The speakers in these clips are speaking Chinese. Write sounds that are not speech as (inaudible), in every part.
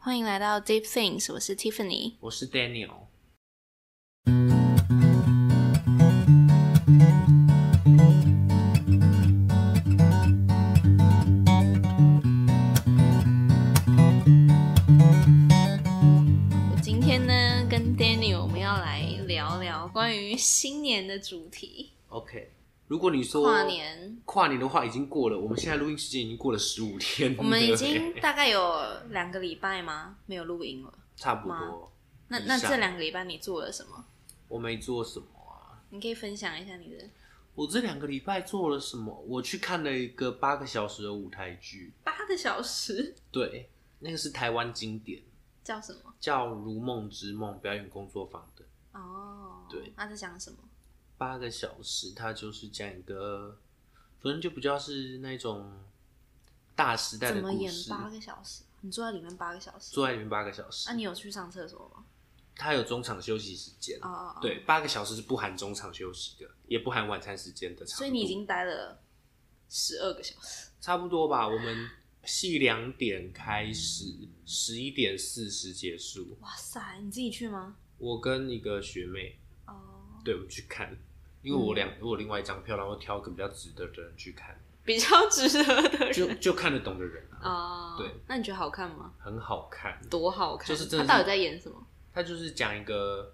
欢迎来到 Deep Things，我是 Tiffany。我是 Daniel。我今天呢，跟 Daniel 我们要来聊聊关于新年的主题， OK，如果你说跨年。跨年的话已经过了，我们现在录音时间已经过了十五天了，我们已经大概有两个礼拜吗？没有录音了。 (laughs) 差不吗多。那以那上这两个礼拜你做了什么？我没做什么啊，你可以分享一下你的我这两个礼拜做了什么？我去看了一个八个小时的舞台剧，八个小时对，那个是台湾经典，叫什么？叫《如梦之梦》表演工作坊的哦，对他在讲什么？八个小时，它就是讲一个，反正就比较是那种大时代怎的么故演事，八个小时？你坐在里面八个小时？坐在里面八个小时，那、你有去上厕所吗？它有中场休息时间哦哦哦，对，，八个小时是不含中场休息的，也不含晚餐时间的长度所以你已经待了十二个小时，差不多吧？我们戏两点开始，十一点四十结束。哇塞！你自己去吗？我跟一个学妹，哦，对，我们去看，因为嗯我两我有另外一张票，然后挑个比较值得的人去看，比较值得的就就看得懂的人啊，哦，对，那你觉得好看吗？ (laughs) 很好看。多好看！就是真的是他到底在演什么？他就是讲一个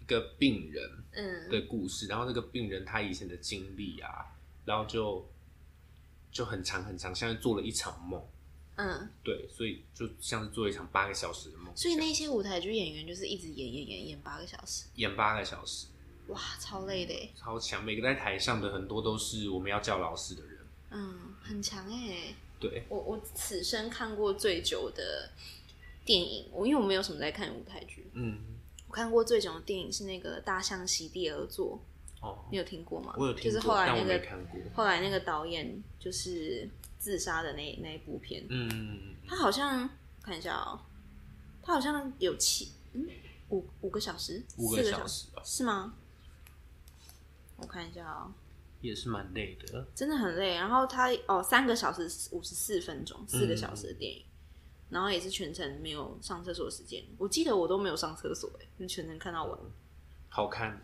一个病人嗯，的故事，然后那个病人他以前的经历啊，然后就就很长很长，像是做了一场梦。嗯，对，所以就像是做一场八个小时的梦，所以那些舞台剧演员就是一直演演演演八个小时，演八个小时，哇，超累的耶，超强。每个在台上的很多都是我们要叫老师的人，嗯，很强哎。对，我我此生看过最久的电影，我因为我没有什么在看舞台剧，嗯，我看过最久的电影是那个《大象席地而坐》，哦，你有听过吗？我有听就过，是后来但那我没个看过，后来那个导演就是自杀的那那一部片，嗯，他好像看一下哦、他好像有七嗯五五个小时，五四个个小时时吧，是吗？我看一下哦、也是蛮累的。真的很累。然后他哦三个小时五十四分钟，四个小时的电影。然后也是全程没有上厕所的时间，我记得我都没有上厕所、欸，就全程看到完。好看，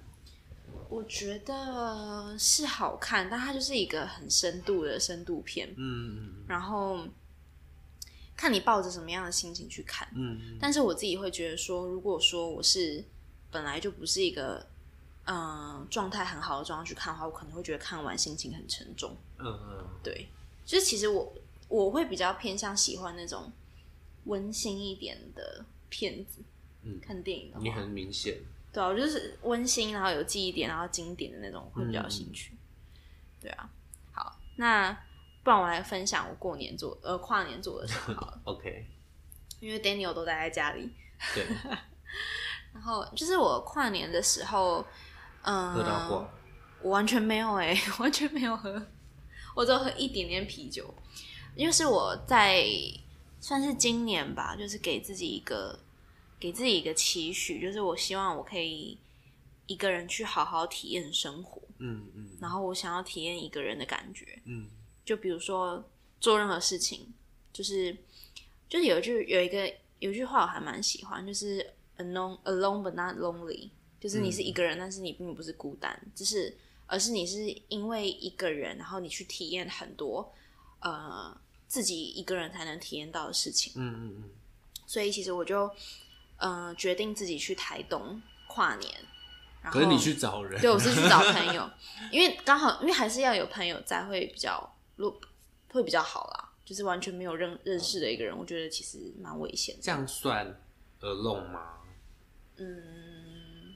我觉得是好看，但它就是一个很深度的深度片。嗯嗯然后看你抱着什么样的心情去看。嗯，但是我自己会觉得说，如果说我是本来就不是一个嗯、呃状态很好的状态去看的话，我可能会觉得看完心情很沉重。嗯嗯，对，就是其实我我会比较偏向喜欢那种温馨一点的片子。嗯看电影的你话，很明显，对啊，我就是温馨，然后有记忆点，然后经典的那种会比较有兴嗯趣。对啊，好，那不然我来分享我过年做呃跨年做的什么好 (laughs) 了， OK，因为 Daniel 都待在家里，对， (laughs) 然后就是我跨年的时候，嗯、喝到挂，我完全没有哎、 (laughs) 完全没有喝，我只有喝一点点啤酒，因为是我在算是今年吧，就是给自己一个给自己一个期许，就是我希望我可以一个人去好好体验生活，嗯嗯然后我想要体验一个人的感觉，嗯就比如说做任何事情，就是就是有一句有一个有一句话我还蛮喜欢，就是 alone alone but not lonely，就是你是嗯一个人，但是你并不是孤单，只是而是你是因为一个人，然后你去体验很多呃自己一个人才能体验到的事情。嗯嗯嗯，所以其实我就呃决定自己去台东跨年。然后可是你去找人，对，我是去找朋友，因为刚好，因为还是要有朋友在会比较，如会比较好啦。就是完全没有认认识的一个人，我觉得其实蛮危险的。这样算 alone 吗？嗯，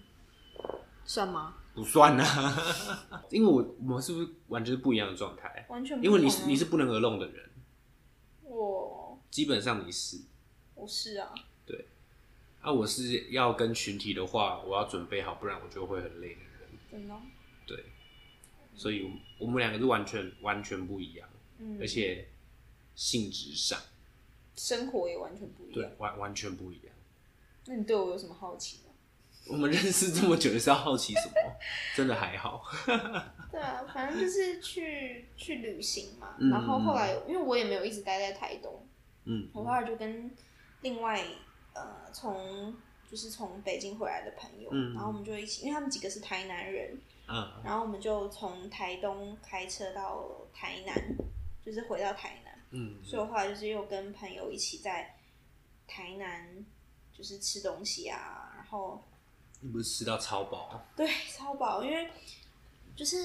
算吗？不算啊， (laughs) 因为我我们是不是完全是不一样的状态？完全啊因为你是你是不能耳聋的人，我基本上你是我是啊，啊，我是要跟群体的话，我要准备好，不然我就会很累的人。真的，对，所以我们两个是完全完全不一样，嗯而且性质上生活也完全不一对。完完全不一样。那你对我有什么好 (laughs) 奇吗？我们认识这么久，是要好奇什么？ (laughs) 真的还好，对啊，反正就是去去旅行嘛。嗯然后后来，因为我也没有一直待在台东，嗯，我后来就跟另外呃从就是从北京回来的朋友，嗯然后我们就一起，因为他们几个是台南人，嗯，然后我们就从台东开车到台南，就是回到台南。嗯，所以我后来就是又跟朋友一起在台南，就是吃东西啊，然后你不是吃到超饱？对超饱，因为就是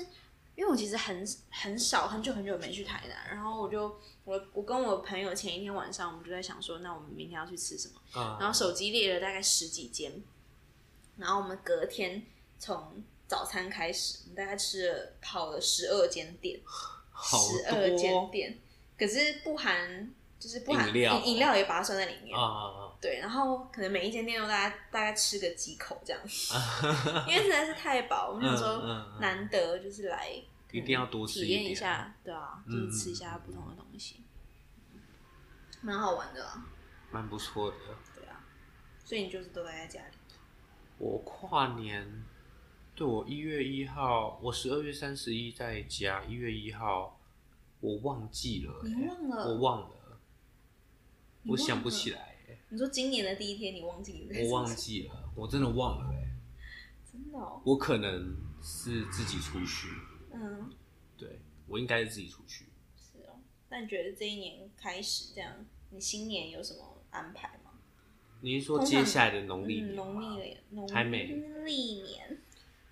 因为我其实很很少很久很久没去台南，然后我就我我跟我朋友前一天晚上我们就在想说，那我们明天要去吃什么？啊然后手机列了大概十几间，然后我们隔天从早餐开始，我们大概吃了跑了十二间店，好十多哦二间店，可是不含就是不含饮料饮饮料也把它算在里面。啊啊对，然后可能每一间店都大概大概吃个几口 (laughs) 这样，啊！因为实在是太饱，我们想嗯嗯说嗯难得就是来，一定要多吃体一验点嗯一下，对啊，就是吃一下不同的东西，蛮好玩的啦，蛮不错的。对啊，所以你就是都待在家里，我跨年，对我一月一号，我十二月三十一在家，一月一号我忘记了、你欸忘了我忘了，你我忘想不了起来、欸你说今年的第一天你忘记你在我忘做什记了，我真的忘了、欸么，真的哦，我可能是自己出去，嗯，对我应该是自己出去。是哦。那你觉得这一年开始这样，你新年有什么安排吗？你是说通常接下来的农历嗯，年吗农历年，农还没历年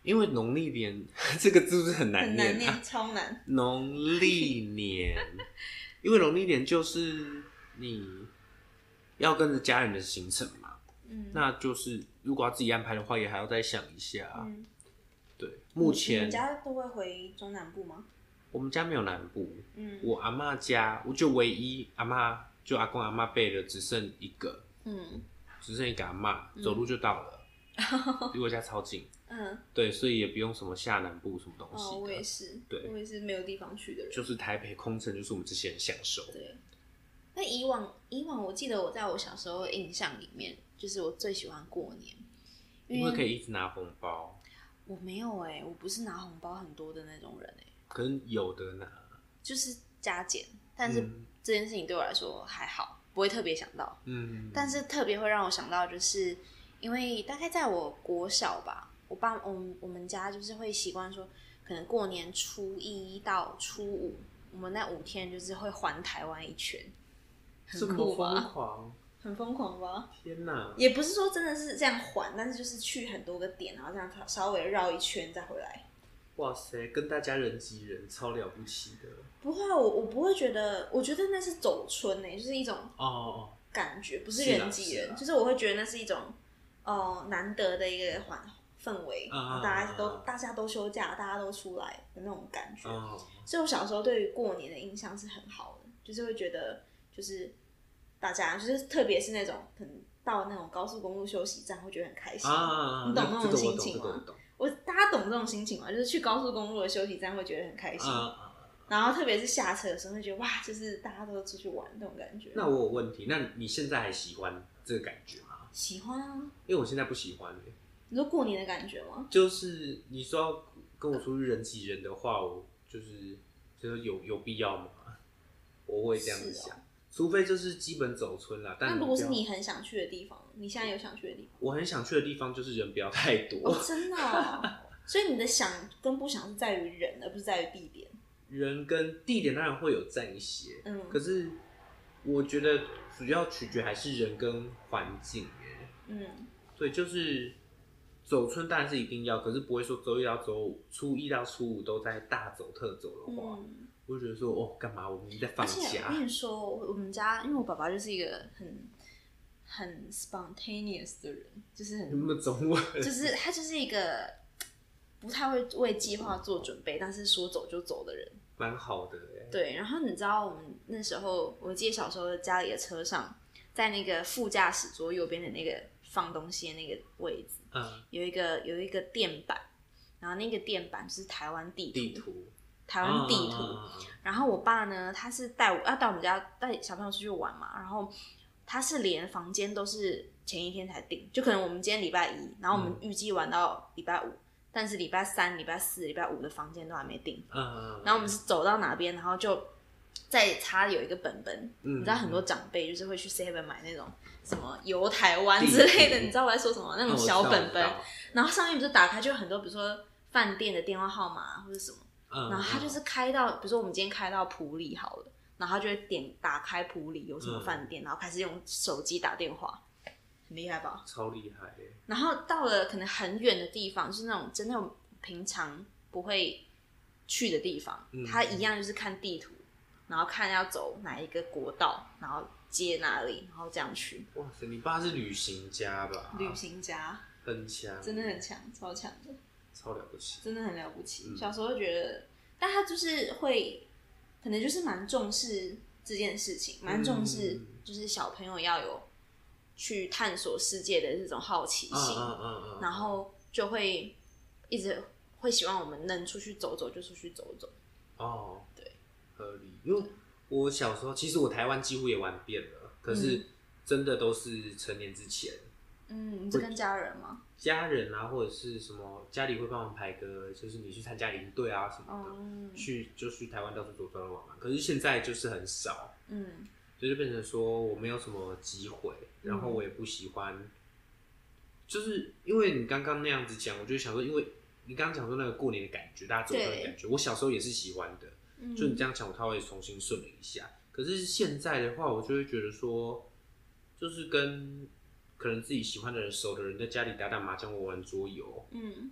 因为农历年 (laughs) 这个字不是很难很念、啊？难念，超难。农历年， (laughs) 因为农历年就是你要跟着家人的行程嘛，嗯，那就是如果要自己安排的话，也还要再想一下。嗯，对，目你前们家都会回中南部吗？我们家没有南部，嗯，我阿嬷家，我就唯一阿嬷就阿公阿嬷辈的只剩一个，嗯只剩一个阿嬷，走路就 (laughs) 到了，离我家超近。嗯，对，所以也不用什么下南部什么东西的，哦，我也是，对我也是没有地方去的人。就是台北空城，就是我们这些人享受。对，那以往以往，我记得我在我小时候的印象里面，就是我最喜欢过年，因为可以一直拿红包，我没有哎、我不是拿红包很多的那种人哎、可能有的拿。就是加减，但是嗯这件事情对我来说还好，不会特别想到。嗯，但是特别会让我想到，就是因为大概在我国小吧，我爸我们我们家就是会习惯说，可能过年初一到初五，我们那五天就是会环台湾一圈，这很么酷疯吧？狂，很疯狂吧？天哪！也不是说真的是这样环，但是就是去很多个点，然后这样稍微绕一圈再回来。哇塞，跟大家人挤人，超了不起的不会啊，我我不会觉得，我觉得那是走春呢、就是一种哦。感觉，不是是啊人挤人，是啊就是我会觉得那是一种哦难得的一个环氛围，啊然后大家都啊大家都休假，大家都出来的那种感觉。哦，所以我小时候对于过年的印象是很好的，就是会觉得就是大家就是特别是那种可能到那种高速公路休息站会觉得很开心。啊，你懂那种这个我心懂，这情个我吗懂。我大家懂这种心情吗？就是去高速公路的休息站会觉得很开心，啊，然后特别是下车的时候会觉得哇，就是大家都出去玩那种感觉。那我有问题，那你现在还喜欢这个感觉吗？喜欢啊，因为我现在不喜欢欸你说过年的感觉吗？就是你说要跟我出去人挤人的话，我就是就是有有必要吗？我会这样子是哦想，除非就是基本走村啦。但那如果是不要你很想去的地方，你现在有想去的地我很想去的地方就是人不要太多，方？哦，真的、哦。所以你的想跟不想是在于人，而不是在于地点。人跟地点当然会有占一些，嗯可是我觉得主要取决还是人跟环境耶。嗯对，就是走村当然是一定要，可是不会说周一到周五、初一到初五都在大走特走的话，嗯。我就觉得说哦，干嘛我们在放而且我假？跟你说，我我们家因为我爸爸就是一个很很 spontaneous 的人，就是 (laughs) 有很没有中文？就是他就是一个不太会为计划做准备，但是说走就走的人。蛮好的哎。对，然后你知道我们那时候，我记得小时候家里的车上，在那个副驾驶桌右边的那个放东西的那个位置。嗯，有一个有一个垫板，然后那个垫板就是台湾地图，地图，台湾地图。嗯然后我爸呢，他是带我要带我们家带小朋友出去玩嘛，然后他是连房间都是前一天才订，就可能我们今天礼拜一，然后我们预计玩到礼拜五，但是礼拜三、礼拜四、礼拜五的房间都还没订。嗯嗯，然后我们是走到哪边，然后就再插有一个本本，嗯你知道很多长辈就是会去 Seven 买那种什么游台湾之类的，地图你知道我在说什么吗？那种嗯小本，我知道我知本，道然后上面不是打开就有很多，比如说饭店的电话号码或者什么，嗯，然后他就是开到，比如说我们今天开到普里好了，然后他就会点打开普里有什嗯么饭店，然后开始用手机打电话，很厉害吧嗯？超厉害耶，然后到了可能很远的地方，就是那种真的我平常不会去的地方，嗯他一样就是看地图，然后看要走哪一个国道，然后接哪里，然后这样去。哇塞，你爸是旅行家吧？旅行家很强，真的很强，超强的。超了不起。真的很了不起。嗯小时候就觉得，但他就是会，可能就是蛮重视这件事情，蛮重视嗯就是小朋友要有去探索世界的这种好奇嗯心，嗯嗯嗯，然后就会一直会希望我们能出去走走就出去走走。哦，对，合理。因为我小时候，其实我台湾几乎也玩遍了，可嗯是真的都是成年之前，嗯，你是跟家人吗？家人啊或者是什么家里会帮我们排个，就是你去参加营队啊什么的，嗯去就去台湾到处走走玩玩。可是现在就是很少，嗯就是变成说我没有什么机会，然嗯后我也不喜欢，就是因为你刚刚那样子讲，我就想说，因为你刚刚讲说那个过年的感觉，大家走动的对感觉，我小时候也是喜欢的。嗯，就你这样讲，我稍微重新顺了一下。可是现在的话，我就会觉得说，就是跟可能自己喜欢的人、熟的人在家里打打麻将、玩玩桌游，嗯，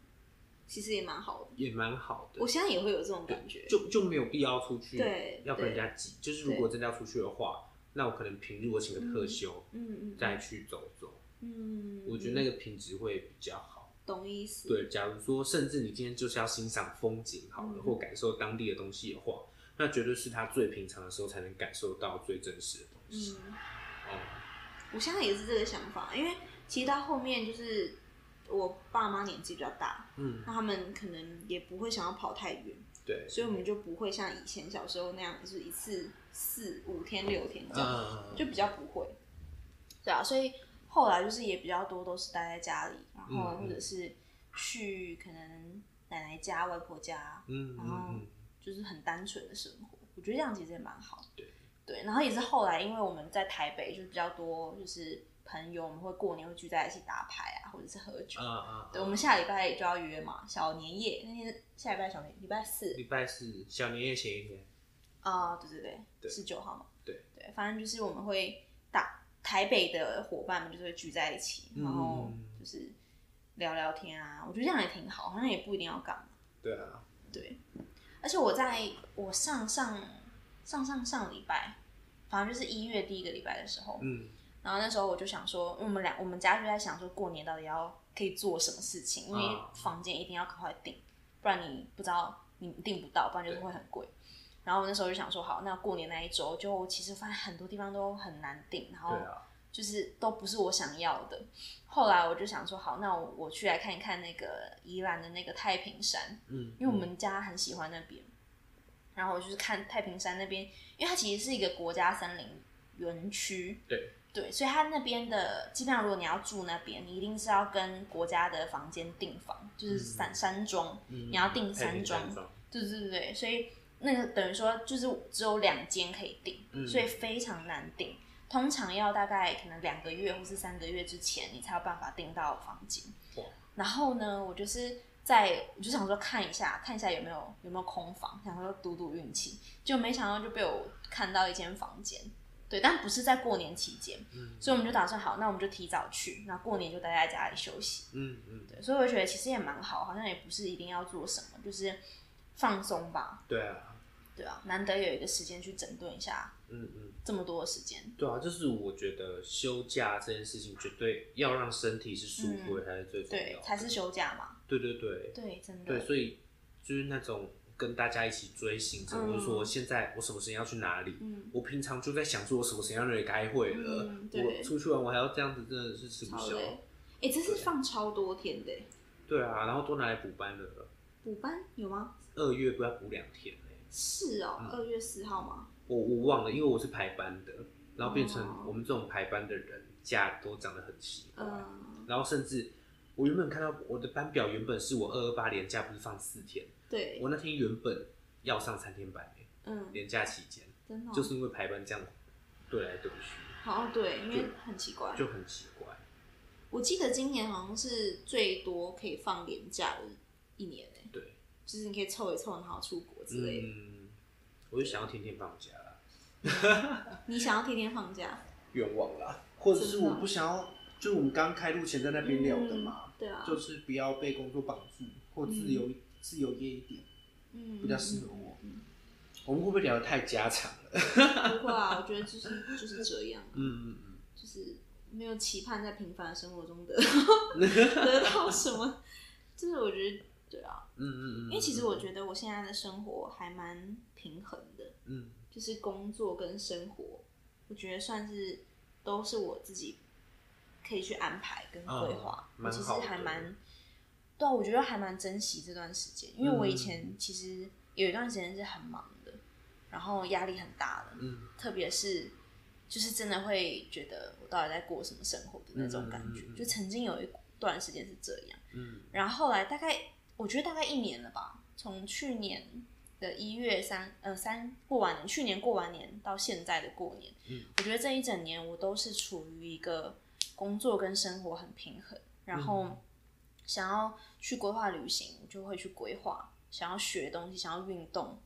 其实也蛮好的。也蛮好的我。现在也会有这种感觉，就就没有必要出去对，要跟人对家挤。就是如果真的要出去的话，那我可能平日我请个特休、嗯嗯再去走走，嗯，我觉得那个品质会比较好。懂意思。对，假如说甚至你今天就是要欣赏风景好了，嗯或感受当地的东西的话，那绝对是他最平常的时候才能感受到最真实的东西。嗯。哦、我现在也是这个想法，因为其实到后面就是我爸妈年纪比较大，嗯，那他们可能也不会想要跑太远，对，所以我们就不会像以前小时候那样，就是一次四五天六天这样，嗯，就比较不会。对啊，所以后来就是也比较多都是待在家里，然后嗯嗯或者是去可能奶奶家、外婆家，嗯嗯哦嗯就是很单纯的生活。我觉得这样其实也蛮好。对对，然后也是后来，因为我们在台北就比较多，就是朋友，我们会过年会聚在一起打牌啊，或者是喝酒。嗯嗯，对，我们下礼拜就要约嘛，小年夜那天，下礼拜小年礼拜四礼拜四小年夜前一天，啊、对对对，对十九号嘛。对对，反正就是我们会打台北的伙伴们就是会聚在一起，然后嗯就是聊聊天啊，我觉得这样也挺好，好像也不一定要干嘛。对啊，对，而且我在我上上上上上礼拜，反正就是一月第一个礼拜的时候，嗯然后那时候我就想说，我们俩我们家就在想说，过年到底要可以做什么事情，因为啊房间一定要赶快订，不然你不知道你订不到，不然就是会很贵。然后我那时候就想说，好，那过年那一周，就我其实发现很多地方都很难订，然后对啊，就是都不是我想要的。后来我就想说，好，那我我去来看一看那个宜兰的那个太平山，嗯，因为我们家很喜欢那边，然后我就是看太平山那边，因为它其实是一个国家森林园区，对对，所以它那边的基本上，如果你要住那边，你一定是要跟国家的房间订房，就是嗯山、山庄，你你要订哎山庄，对对对对，所以那个等于说就是只有两间可以订，嗯所以非常难订。通常要大概可能两个月或是三个月之前，你才有办法订到房间哇。然后呢，我就是在我就想说看一下，看一下有没有有没有空房，想说赌赌运气，就没想到就被我看到一间房间。对，但不是在过年期间，嗯所以我们就打算好，那我们就提早去，那过年就待在家里休息。嗯嗯，对，所以我觉得其实也蛮好，好像也不是一定要做什么，就是放松吧，对啊，对啊，难得有一个时间去整顿一下嗯嗯，这么多的时间，对啊，就是我觉得休假这件事情，绝对要让身体是舒服的才是最重嗯要对的，，才是休假嘛，对对对，对，真的对，，所以就是那种跟大家一起追行程，嗯我就说我现在我什么时间要去哪里，嗯我平常就在想说我什么时间要哪里开会了，嗯对我出去玩我还要这样子，真的是吃不超消。累，哎、这是放超多天的耶，对啊，然后都拿来补班了，补班有吗？二月不要补两天欸是哦，二、月四号吗？我我忘了，因为我是排班的，然后变成哦我们这种排班的人假都长得很奇怪，嗯，然后甚至。我原本看到我的班表，原本是我二二八连假不是放四天，对，我那天原本要上三天班欸、嗯，连假期间，真的哦、就是因为排班这样对来对去。好像对，因为很奇怪。就很奇怪。我记得今年好像是最多可以放年假的一年诶、对，就是你可以凑一凑，然后出国之类的。嗯，我就想要天天放假啦，嗯你想要天天放假？愿望啦，或者是真的我不想要，就我们刚开录前在那边聊的嘛嗯，对啊，就是不要被工作绑住，或自由、自由业一点，嗯，比较适合我。我们会不会聊得太家常了？不会啊，我觉得就是就是这样，啊嗯嗯嗯。就是没有期盼在平凡的生活中得 (laughs) 得到什么，就是我觉得对啊，嗯嗯嗯，因为其实我觉得我现在的生活还蛮平衡的，嗯就是工作跟生活，我觉得算是都是我自己可以去安排跟规划，嗯我蛮其实好的还蛮，对啊，我觉得还蛮珍惜这段时间，因为我以前其实有一段时间是很忙的，然后压力很大的，嗯特别是就是真的会觉得我到底在过什么生活的那种感嗯觉，嗯嗯嗯就曾经有一段时间是这样。嗯然后后来大概我觉得大概一年了吧，从去年的一月三呃三过完年，去年过完年到现在的过年，嗯我觉得这一整年我都是处于一个工作跟生活很平衡，然后想要去规划旅行，我就会去规划；想要学东西，想要运动，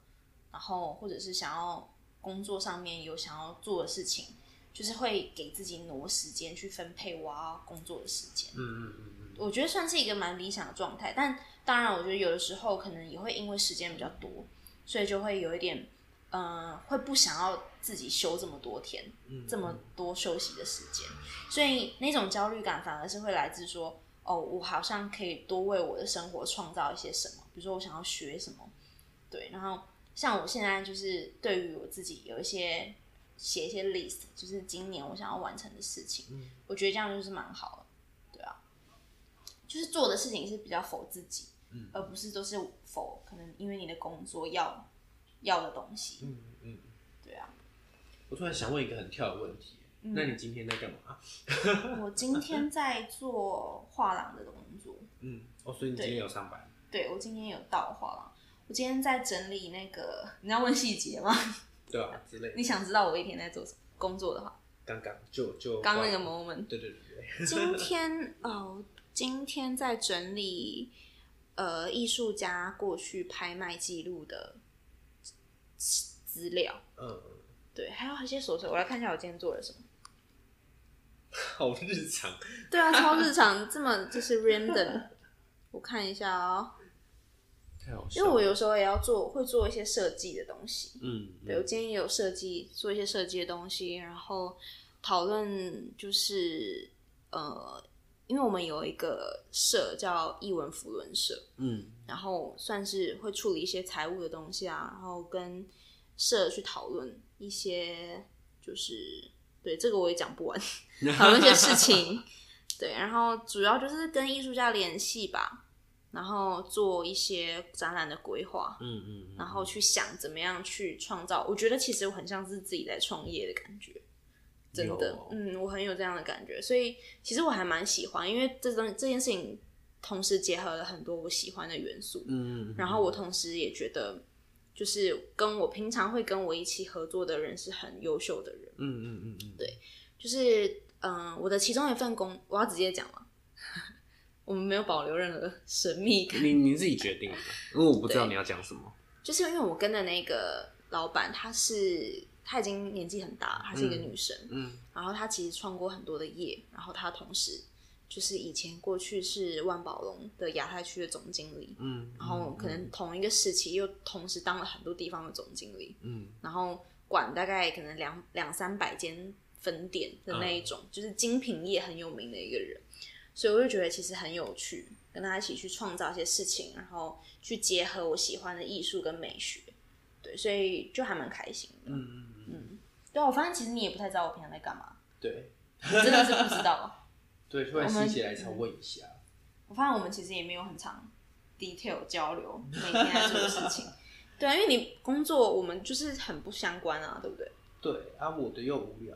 然后或者是想要工作上面有想要做的事情。就是会给自己挪时间去分配我要工作的时间，嗯嗯嗯嗯，我觉得算是一个蛮理想的状态，但当然，我觉得有的时候可能也会因为时间比较多，所以就会有一点，呃，会不想要自己休这么多天，嗯这么多休息的时间，所以那种焦虑感反而是会来自说，哦，我好像可以多为我的生活创造一些什么，比如说我想要学什么，对，然后像我现在就是对于我自己有一些写一些 list，就是今年我想要完成的事情，嗯我觉得这样就是蛮好的，对啊，就是做的事情是比较否自己，嗯而不是都是否可能因为你的工作要要的东西，嗯嗯。对啊。我突然想问一个很跳的问题，嗯那你今天在干嘛？我 (laughs) 今天在做画廊的工作，嗯哦，所以你今天对有上班？对我今天有到画廊，我今天在整理那个，你要问细节吗？ (laughs) 对啊，之类的。你想知道我一天在做什么工作的话，刚刚就就刚那个 moment，对对对对，今天哦，今天在整理呃艺术家过去拍卖记录的资资料，嗯，嗯对，还有一些琐碎，我来看一下我今天做了什么。好日常。对啊，超日常，这么就是 (laughs) random，我看一下哦。太好笑因为我有时候也要做，会做一些设计的东西。嗯对，我今天也有设计，做一些设计的东西，然后讨论就是呃，因为我们有一个社叫艺文福伦社，嗯然后算是会处理一些财务的东西啊，然后跟社去讨论一些就是对这个我也讲不完，讨论一些事情，对，然后主要就是跟艺术家联系吧，然后做一些展览的规划，嗯嗯然后去想怎么样去创造。我觉得其实我很像是自己在创业的感觉，真的，有哦嗯，我很有这样的感觉，所以其实我还蛮喜欢，因为这东这件事情同时结合了很多我喜欢的元素，嗯嗯然后我同时也觉得，就是跟我平常会跟我一起合作的人是很优秀的人，嗯嗯嗯对就是嗯、呃我的其中一份工，我要直接讲了。 (laughs) 我们没有保留任何神秘感，你你自己决啊定的，因为我不知道你要讲什么。就是因为我跟的那个老板，她是她已经年纪很大了，她是一个女生，嗯然后她其实创过很多的业，然后她同时就是以前过去是万宝龙的亚太区的总经理，嗯，然后可能同一个时期又同时当了很多地方的总经理，嗯然后管大概可能两两三百间分店的那一种，就是精品业很有名的一个人，所以我就觉得其实很有趣，跟他一起去创造一些事情，然后去结合我喜欢的艺术跟美学，对，所以就还蛮开心的。嗯嗯嗯，对啊，我发现其实你也不太知道我平常在干嘛，对你真的是不知道。 (laughs) 对，突然心血来潮问一下，我发现我们其实也没有很长 detail 交流每天在做的事 (laughs) 情，对啊，因为你工作我们就是很不相关啊，对不对？对啊，我的又无聊，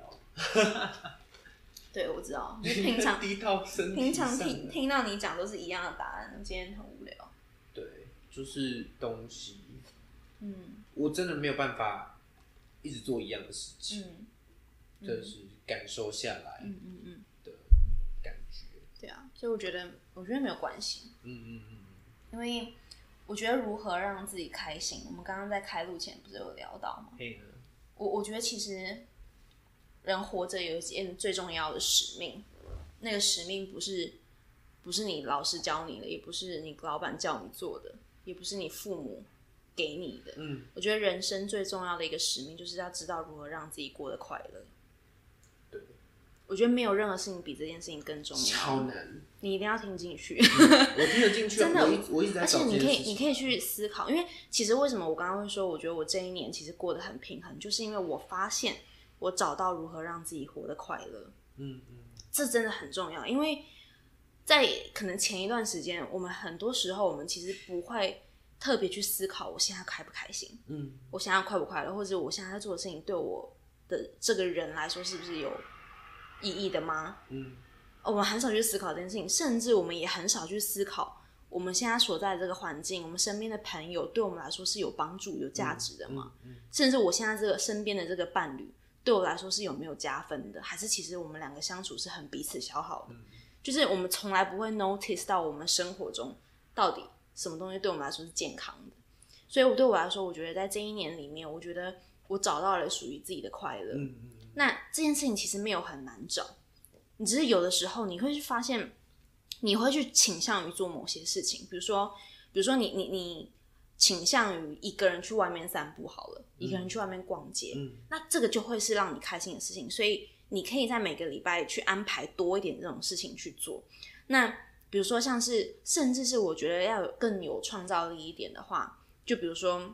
对，我知道，就是平 (laughs) 常低到身体平常上听了听到你讲都是一样的答案，我今天很无聊。对，就是东西，嗯我真的没有办法一直做一样的事情，嗯，这是感受下来嗯嗯嗯，的感觉。对啊，所以我觉得我觉得没有关系，嗯嗯嗯因为我觉得如何让自己开心，我们刚刚在开录前不是有聊到吗嗯，？嘿呢，我我觉得其实人活着有一件最重要的使命，那个使命不是不是你老师教你的，也不是你老板叫你做的，也不是你父母给你的。嗯，我觉得人生最重要的一个使命，就是要知道如何让自己过得快乐。对，我觉得没有任何事情比这件事情更重超要，难，你一定要听进去。我听得进去啊，真的我一我一直 (laughs) 在而且找这你件可以事，你情。可以去思考，因为其实为什么我刚刚会说，我觉得我这一年其实过得很平衡，就是因为我发现我找到如何让自己活得快乐，嗯嗯，这真的很重要。因为在可能前一段时间，我们很多时候我们其实不会特别去思考我现在开不开心，嗯，我现在快不快乐，或者我现在在做的事情对我的这个人来说是不是有意义的吗？哦嗯，我们很少去思考这件事情，甚至我们也很少去思考我们现在所在的这个环境，我们身边的朋友对我们来说是有帮助、有价值的吗？嗯甚至我现在这个身边的这个伴侣对我来说是有没有加分的？还是其实我们两个相处是很彼此消耗的？就是我们从来不会 notice 到我们生活中到底什么东西对我们来说是健康的。所以，我对我来说，我觉得在这一年里面，我觉得我找到了属于自己的快乐。嗯嗯，那这件事情其实没有很难找，你只是有的时候你会去发现，你会去倾向于做某些事情，比如说，比如说你你你倾向于一个人去外面散步好了，一个人去外面逛街，嗯那这个就会是让你开心的事情，所以你可以在每个礼拜去安排多一点这种事情去做。那比如说像是，甚至是我觉得要有更有创造力一点的话，就比如说，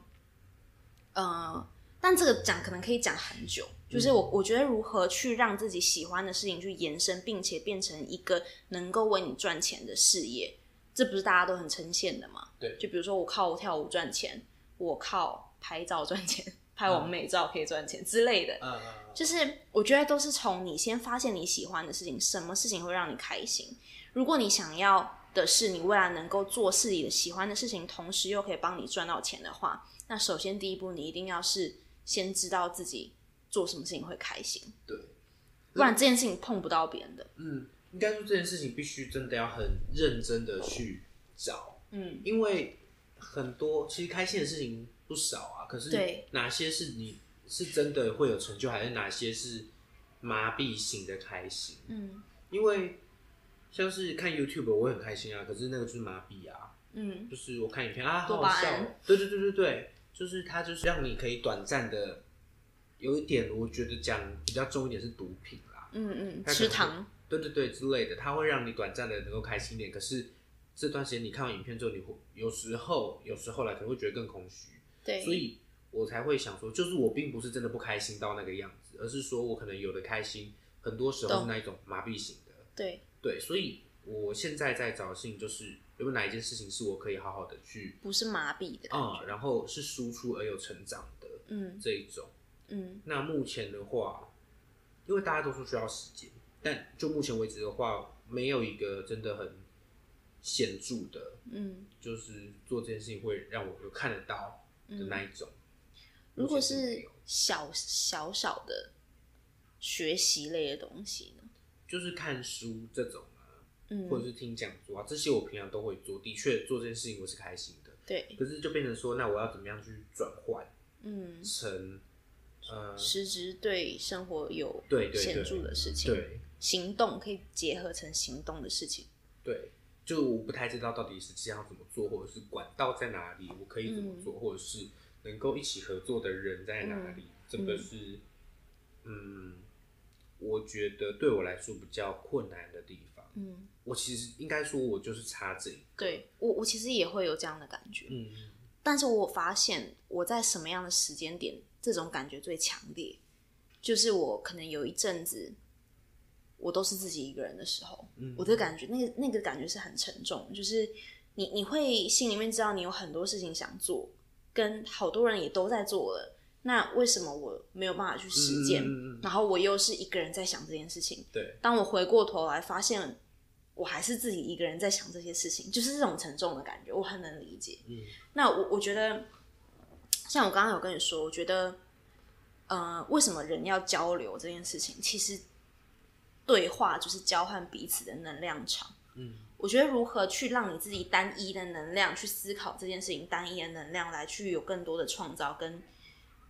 呃，但这个讲可能可以讲很久，就是我我觉得如何去让自己喜欢的事情去延伸，并且变成一个能够为你赚钱的事业，这不是大家都很呈现的吗？对就比如说我靠跳舞赚钱，我靠拍照赚钱，拍完美照可以赚钱之类的，啊啊，就是我觉得都是从你先发现你喜欢的事情，什么事情会让你开心。如果你想要的是你未来能够做自己的喜欢的事情，同时又可以帮你赚到钱的话，那首先第一步你一定要是先知道自己做什么事情会开心，对，不然这件事情碰不到别人的。嗯，应该说这件事情必须真的要很认真的去找，嗯，因为很多其实开心的事情不少啊，可是对哪些是你是真的会有成就，还是哪些是麻痹型的开心？嗯因为像是看 YouTube 我会很开心啊，可是那个就是麻痹啊，嗯，就是我看影片啊，好多好巴笑胺哦，对对对对对，就是它就是让你可以短暂的，有一点我觉得讲比较重一点是毒品啦，嗯嗯，他可能吃糖，对对对之类的，它会让你短暂的能够开心一点。可是这段时间你看完影片之后，你会有时候有时候来可能会觉得更空虚，对，所以我才会想说，就是我并不是真的不开心到那个样子，而是说我可能有的开心，很多时候是懂那一种麻痹型的。对对，所以我现在在找的事情就是有没有哪一件事情是我可以好好的去不是麻痹的感啊、觉。然后是输出而有成长的嗯这一种。嗯那目前的话，因为大家都说需要时间，但就目前为止的话，没有一个真的很显著的，嗯就是做这件事情会让我有看得到的那一种。嗯如果目前没是有小小小的学习类的东西呢？就是看书这种啊，或嗯，者是听讲座啊，这些我平常都会做，的确做这件事情我是开心的。对，可是就变成说，那我要怎么样去转换嗯，成呃，实质对生活有对对对显著的事情，对行动可以结合成行动的事情，对，就我不太知道到底实际上怎么做，或者是管道在哪里，我可以怎嗯么做，或者是能够一起合作的人在哪里，这个是，嗯，我觉得对我来说比较困难的地方。嗯，我其实应该说，我就是差这一个，对我我其实也会有这样的感觉，嗯但是我发现我在什么样的时间点这种感觉最强烈，就是我可能有一阵子我都是自己一个人的时候，嗯，我的感觉，那个那个感觉是很沉重，就是你你会心里面知道你有很多事情想做，跟好多人也都在做了，那为什么我没有办法去实践？嗯嗯嗯嗯然后我又是一个人在想这件事情。对，当我回过头来，发现我还是自己一个人在想这些事情，就是这种沉重的感觉，我很能理解。嗯那我我觉得，像我刚刚有跟你说，我觉得，呃，为什么人要交流这件事情，其实对话就是交换彼此的能量场。嗯，我觉得如何去让你自己单一的能量去思考这件事情，单一的能量来去有更多的创造跟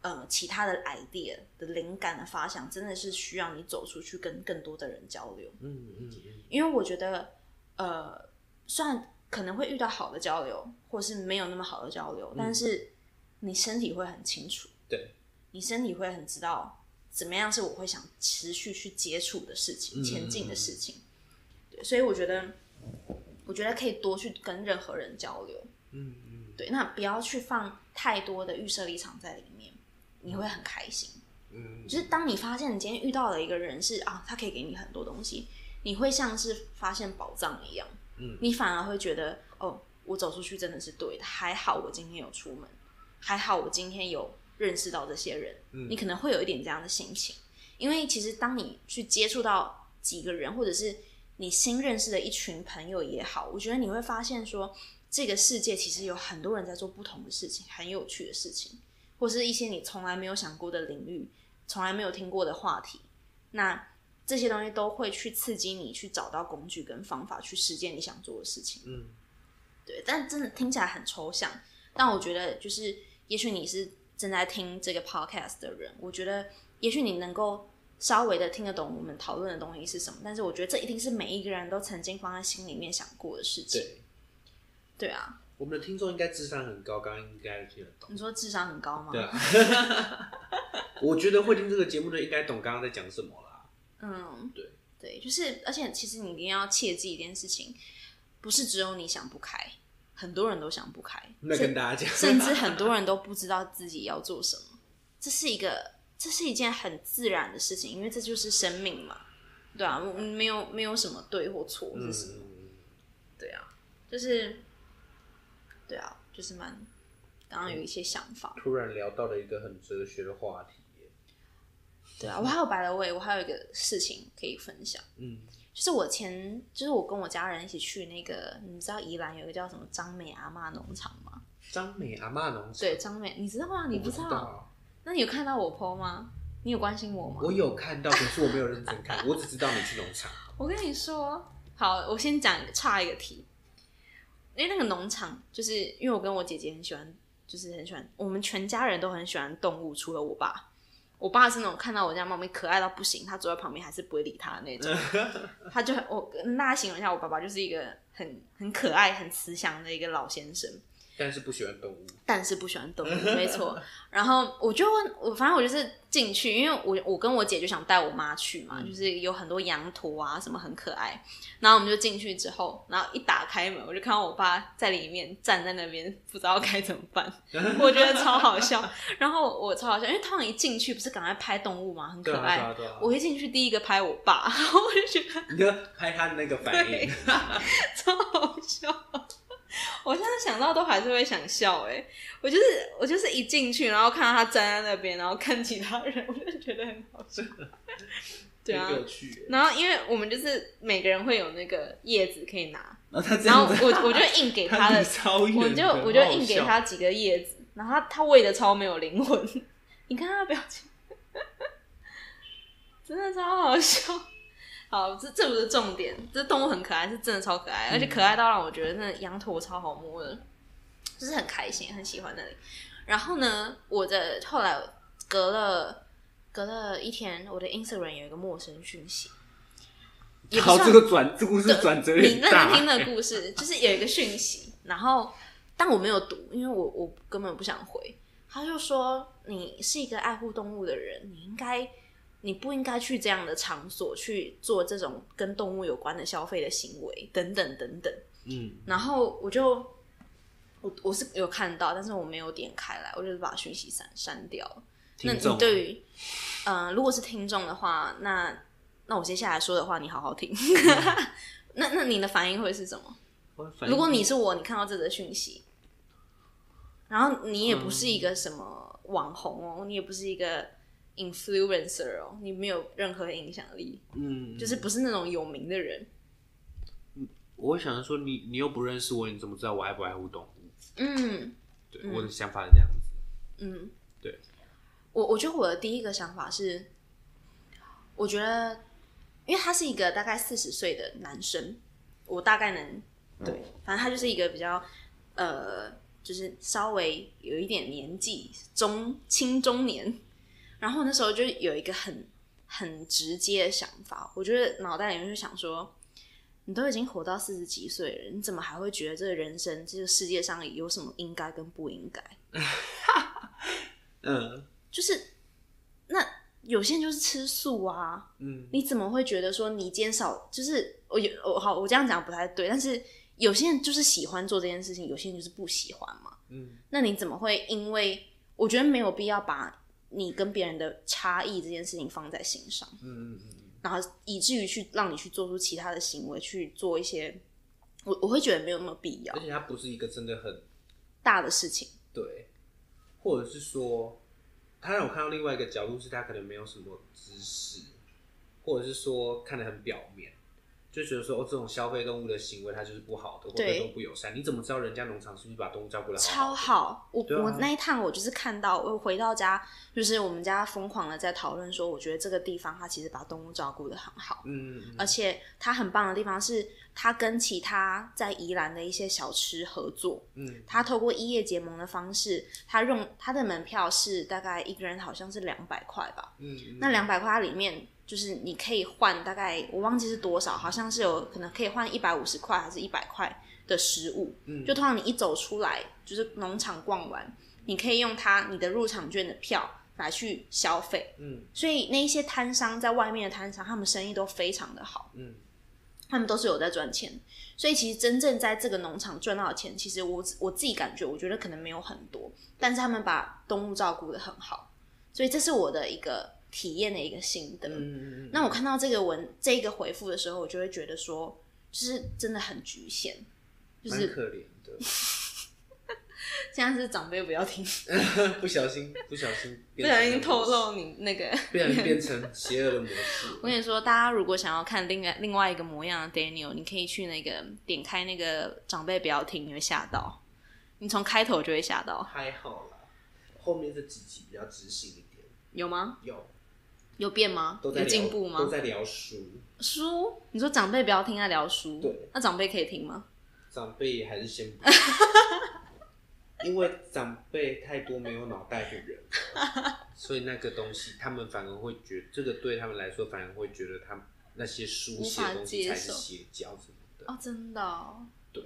呃其他的 idea 的灵感的发想，真的是需要你走出去跟更多的人交流。嗯嗯嗯，因为我觉得，呃，虽然可能会遇到好的交流，或是没有那么好的交流，但是你身体会很清楚，嗯对，你身体会很知道怎么样是我会想持续去接触的事情、嗯前进的事情。对，所以我觉得，我觉得可以多去跟任何人交流。嗯嗯对，那不要去放太多的预设立场在里面，你会很开心。嗯，就是当你发现你今天遇到了一个人是啊，他可以给你很多东西，你会像是发现宝藏一样，嗯你反而会觉得哦，我走出去真的是对的，还好我今天有出门，还好我今天有认识到这些人，嗯你可能会有一点这样的心情，因为其实当你去接触到几个人，或者是你新认识的一群朋友也好，我觉得你会发现说，这个世界其实有很多人在做不同的事情，很有趣的事情，或是一些你从来没有想过的领域，从来没有听过的话题，那这些东西都会去刺激你去找到工具跟方法去实践你想做的事情。嗯对，但真的听起来很抽象。但我觉得，就是也许你是正在听这个 podcast 的人，我觉得也许你能够稍微的听得懂我们讨论的东西是什么。但是我觉得这一定是每一个人都曾经放在心里面想过的事情。对，对啊，我们的听众应该智商很高，刚刚应该听得懂你。说智商很高吗？对啊，我觉得会听这个节目的应该懂刚刚在讲什么啦。嗯，对对，就是，而且其实你一定要切记一件事情，不是只有你想不开，很多人都想不开，那甚跟大 (laughs) 家讲，甚至很多人都不知道自己要做什么。这是一个，这是一件很自然的事情，因为这就是生命嘛，对啊，我没有没有什么对或错是嗯什么，对啊，就是，对啊，就是蛮，刚刚有一些想法，突然聊到了一个很哲学的话题耶。对啊，我还有白了位，我还有一个事情可以分享。嗯就是我前，就是我跟我家人一起去那个，你知道宜兰有一个叫什么张美阿妈农场吗？张美阿嬷农场，对，张美，你知道吗？你不我知知道？道，那你有看到我 PO 吗？你有关心我吗？我有看到，可是我没有认真看， (laughs) 我只知道你去农场。我跟你说，好，我先讲差一个题，因为那个农场，就是因为我跟我姐姐很喜欢，就是很喜欢，我们全家人都很喜欢动物，除了我爸。我爸是那种看到我家猫咪可爱到不行，他坐在旁边还是不会理它的那种。 (laughs) 他就很我跟大家形容一下，我爸爸就是一个很很可爱、很慈祥的一个老先生。但是不喜欢动物，但是不喜欢嗯动物，没错。然后我就问我，反正我就是进去，因为我我跟我姐就想带我妈去嘛，嗯就是有很多羊驼啊什么很可爱。然后我们就进去之后，然后一打开门，我就看到我爸在里面站在那边，不知道该怎么 (laughs) 办，我觉得超好笑。然后我超好笑，因为通常一进去不是赶快拍动物嘛，很对可啊爱。对啊对啊，我一进去第一个拍我爸，然后我就觉得你就拍他的那个反应， (laughs) 超好笑。我现在想到都还是会想笑哎、我就是我就是一进去，然后看到他站在那边，然后看其他人，我就觉得很好笑。对啊很，有趣耶。然后因为我们就是每个人会有那个叶子可以拿，然后他这然后样子，我我就硬 (laughs) 给他的离，超远的，我就我就硬给他几个叶子，然后他他喂的超没有灵魂，你看他的表情，真的超好笑。好，这这不是重点，这动物很可爱，是真的超可爱，而且可嗯爱到让我觉得那羊驼超好摸的，就是很开心，很喜欢那里。然后呢，我的后来隔了隔了一天，我的 Instagram 有一个陌生讯息，也不好，算这个转，这故事转折有你点认大真。听的故事，就是有一个讯息，然后但我没有读，因为我我根本不想回。他就说你是一个爱护动物的人，你应该你不应该去这样的场所去做这种跟动物有关的消费的行为，等等等等。嗯，然后我就我我是有看到，但是我没有点开来，我就是把讯息删删掉了。那听你众，啊对于，呃，如果是听众的话，那那我接下来说的话，你好好听。 (laughs) 那那你的反应会是什么？我嗯反应如果你是我，你看到这则讯息，然后你也不是一个什么网红嗯哦，你也不是一个 influencer 哦，你没有任何影响力，嗯，就是不是那种有名的人。我会想着说你你又不认识我，你怎么知道我爱不爱护动物？嗯对，我的想法是这样子。嗯，对，我我觉得我的第一个想法是，我觉得因为他是一个大概四十岁的男生，我大概能对，反正他就是一个比较呃，就是稍微有一点年纪中青中年，然后那时候就有一个很很直接的想法，我觉得脑袋里面就想说，你都已经活到四十几岁了，你怎么还会觉得这个人生这个世界上有什么应该跟不应该？嗯就是那有些人就是吃素啊，嗯，你怎么会觉得说你今天少？就是我有我好，我这样讲不太对，但是有些人就是喜欢做这件事情，有些人就是不喜欢嘛。嗯，那你怎么会因为？我觉得没有必要把你跟别人的差异这件事情放在心上，嗯嗯嗯然后以至于去让你去做出其他的行为，去做一些我我会觉得没有那么必要而且它不是一个真的很大的事情。对，或者是说，他让我看到另外一个角度是，他可能没有什么知识，或者是说看得很表面，就觉得说哦，这种消费动物的行为它就是不好的，或对对动物不友善。你怎么知道人家农场是不是把动物照顾的超好？好！我、对啊我那一趟我就是看到，我回到家就是我们家疯狂的在讨论说，我觉得这个地方它其实把动物照顾的很好，嗯，嗯而且它很棒的地方是它跟其他在宜兰的一些小吃合作，嗯它透过异业结盟的方式，它用它的门票是大概一个人好像是两百块吧，嗯嗯，那两百块它里面就是你可以换大概我忘记是多少，好像是有可能可以换一百五十块还是一百块的食物。嗯就通常你一走出来就是农场逛完，你可以用它你的入场券的票来去消费。嗯所以那一些摊商在外面的摊商，他们生意都非常的好，嗯他们都是有在赚钱。所以其实真正在这个农场赚到的钱，其实我自我自己感觉，我觉得可能没有很多，但是他们把动物照顾的很好，所以这是我的一个体验的一个心得。嗯嗯，那我看到这个文这个回复的时候，我就会觉得说，就是真的很局限，就蛮是可怜的， (laughs) 现在是长辈不要听，不小心不小心不变成小心透那个模式，露你那 (laughs) 个。不小心变成邪恶的模式。 (laughs) 我跟你说，大家如果想要看另外另外一个模样的 Daniel，你可以去那个点开那个长辈不要听，你会吓到，你从开头就会吓到，还好啦，后面这几集比较知性一点，有吗？有有变吗？都在有聊进步都吗？在聊书，书，你说长辈不要听，他聊书，对，那长辈可以听吗？长辈还是先 (laughs) 不，因为长辈太多没有脑袋的人，所以那个东西他们反而会觉得，这个对他们来说反而会觉得他们那些书写的东西才是邪教什么的。哦，真的、哦，对，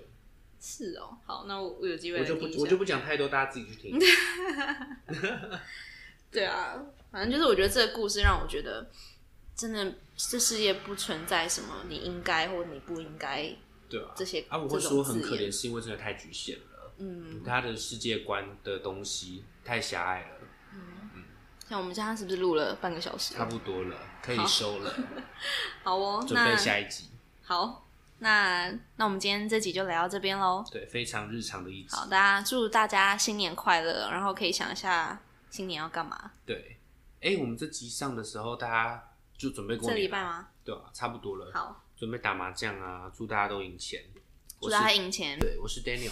是哦，好，那我我有机会我来就听不一下我就不讲太多，大家自己去 (laughs) 听。对啊，反正就是我觉得这个故事让我觉得，真的这世界不存在什么你应该或你不应该对啊，这些啊，我会说很可怜，是因为真的太局限了，嗯，他的世界观的东西太狭隘了，像我们家是不是录了半个小时？差不多了，可以好收 (laughs) 了，好哦，准那备下一集。好，那那我们今天这集就聊到这边喽。对，非常日常的一集。好，大家祝大家新年快乐，然后可以想一下新年要干嘛？对，哎、我们这集上的时候，大家就准备过这礼年拜了，吗？对啊，差不多了。，好，准备打麻将啊，祝大家都赢钱。祝我是大家赢钱。对，我是 Daniel，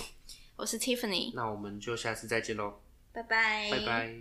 我是 Tiffany，那我们就下次再见喽，拜拜，拜拜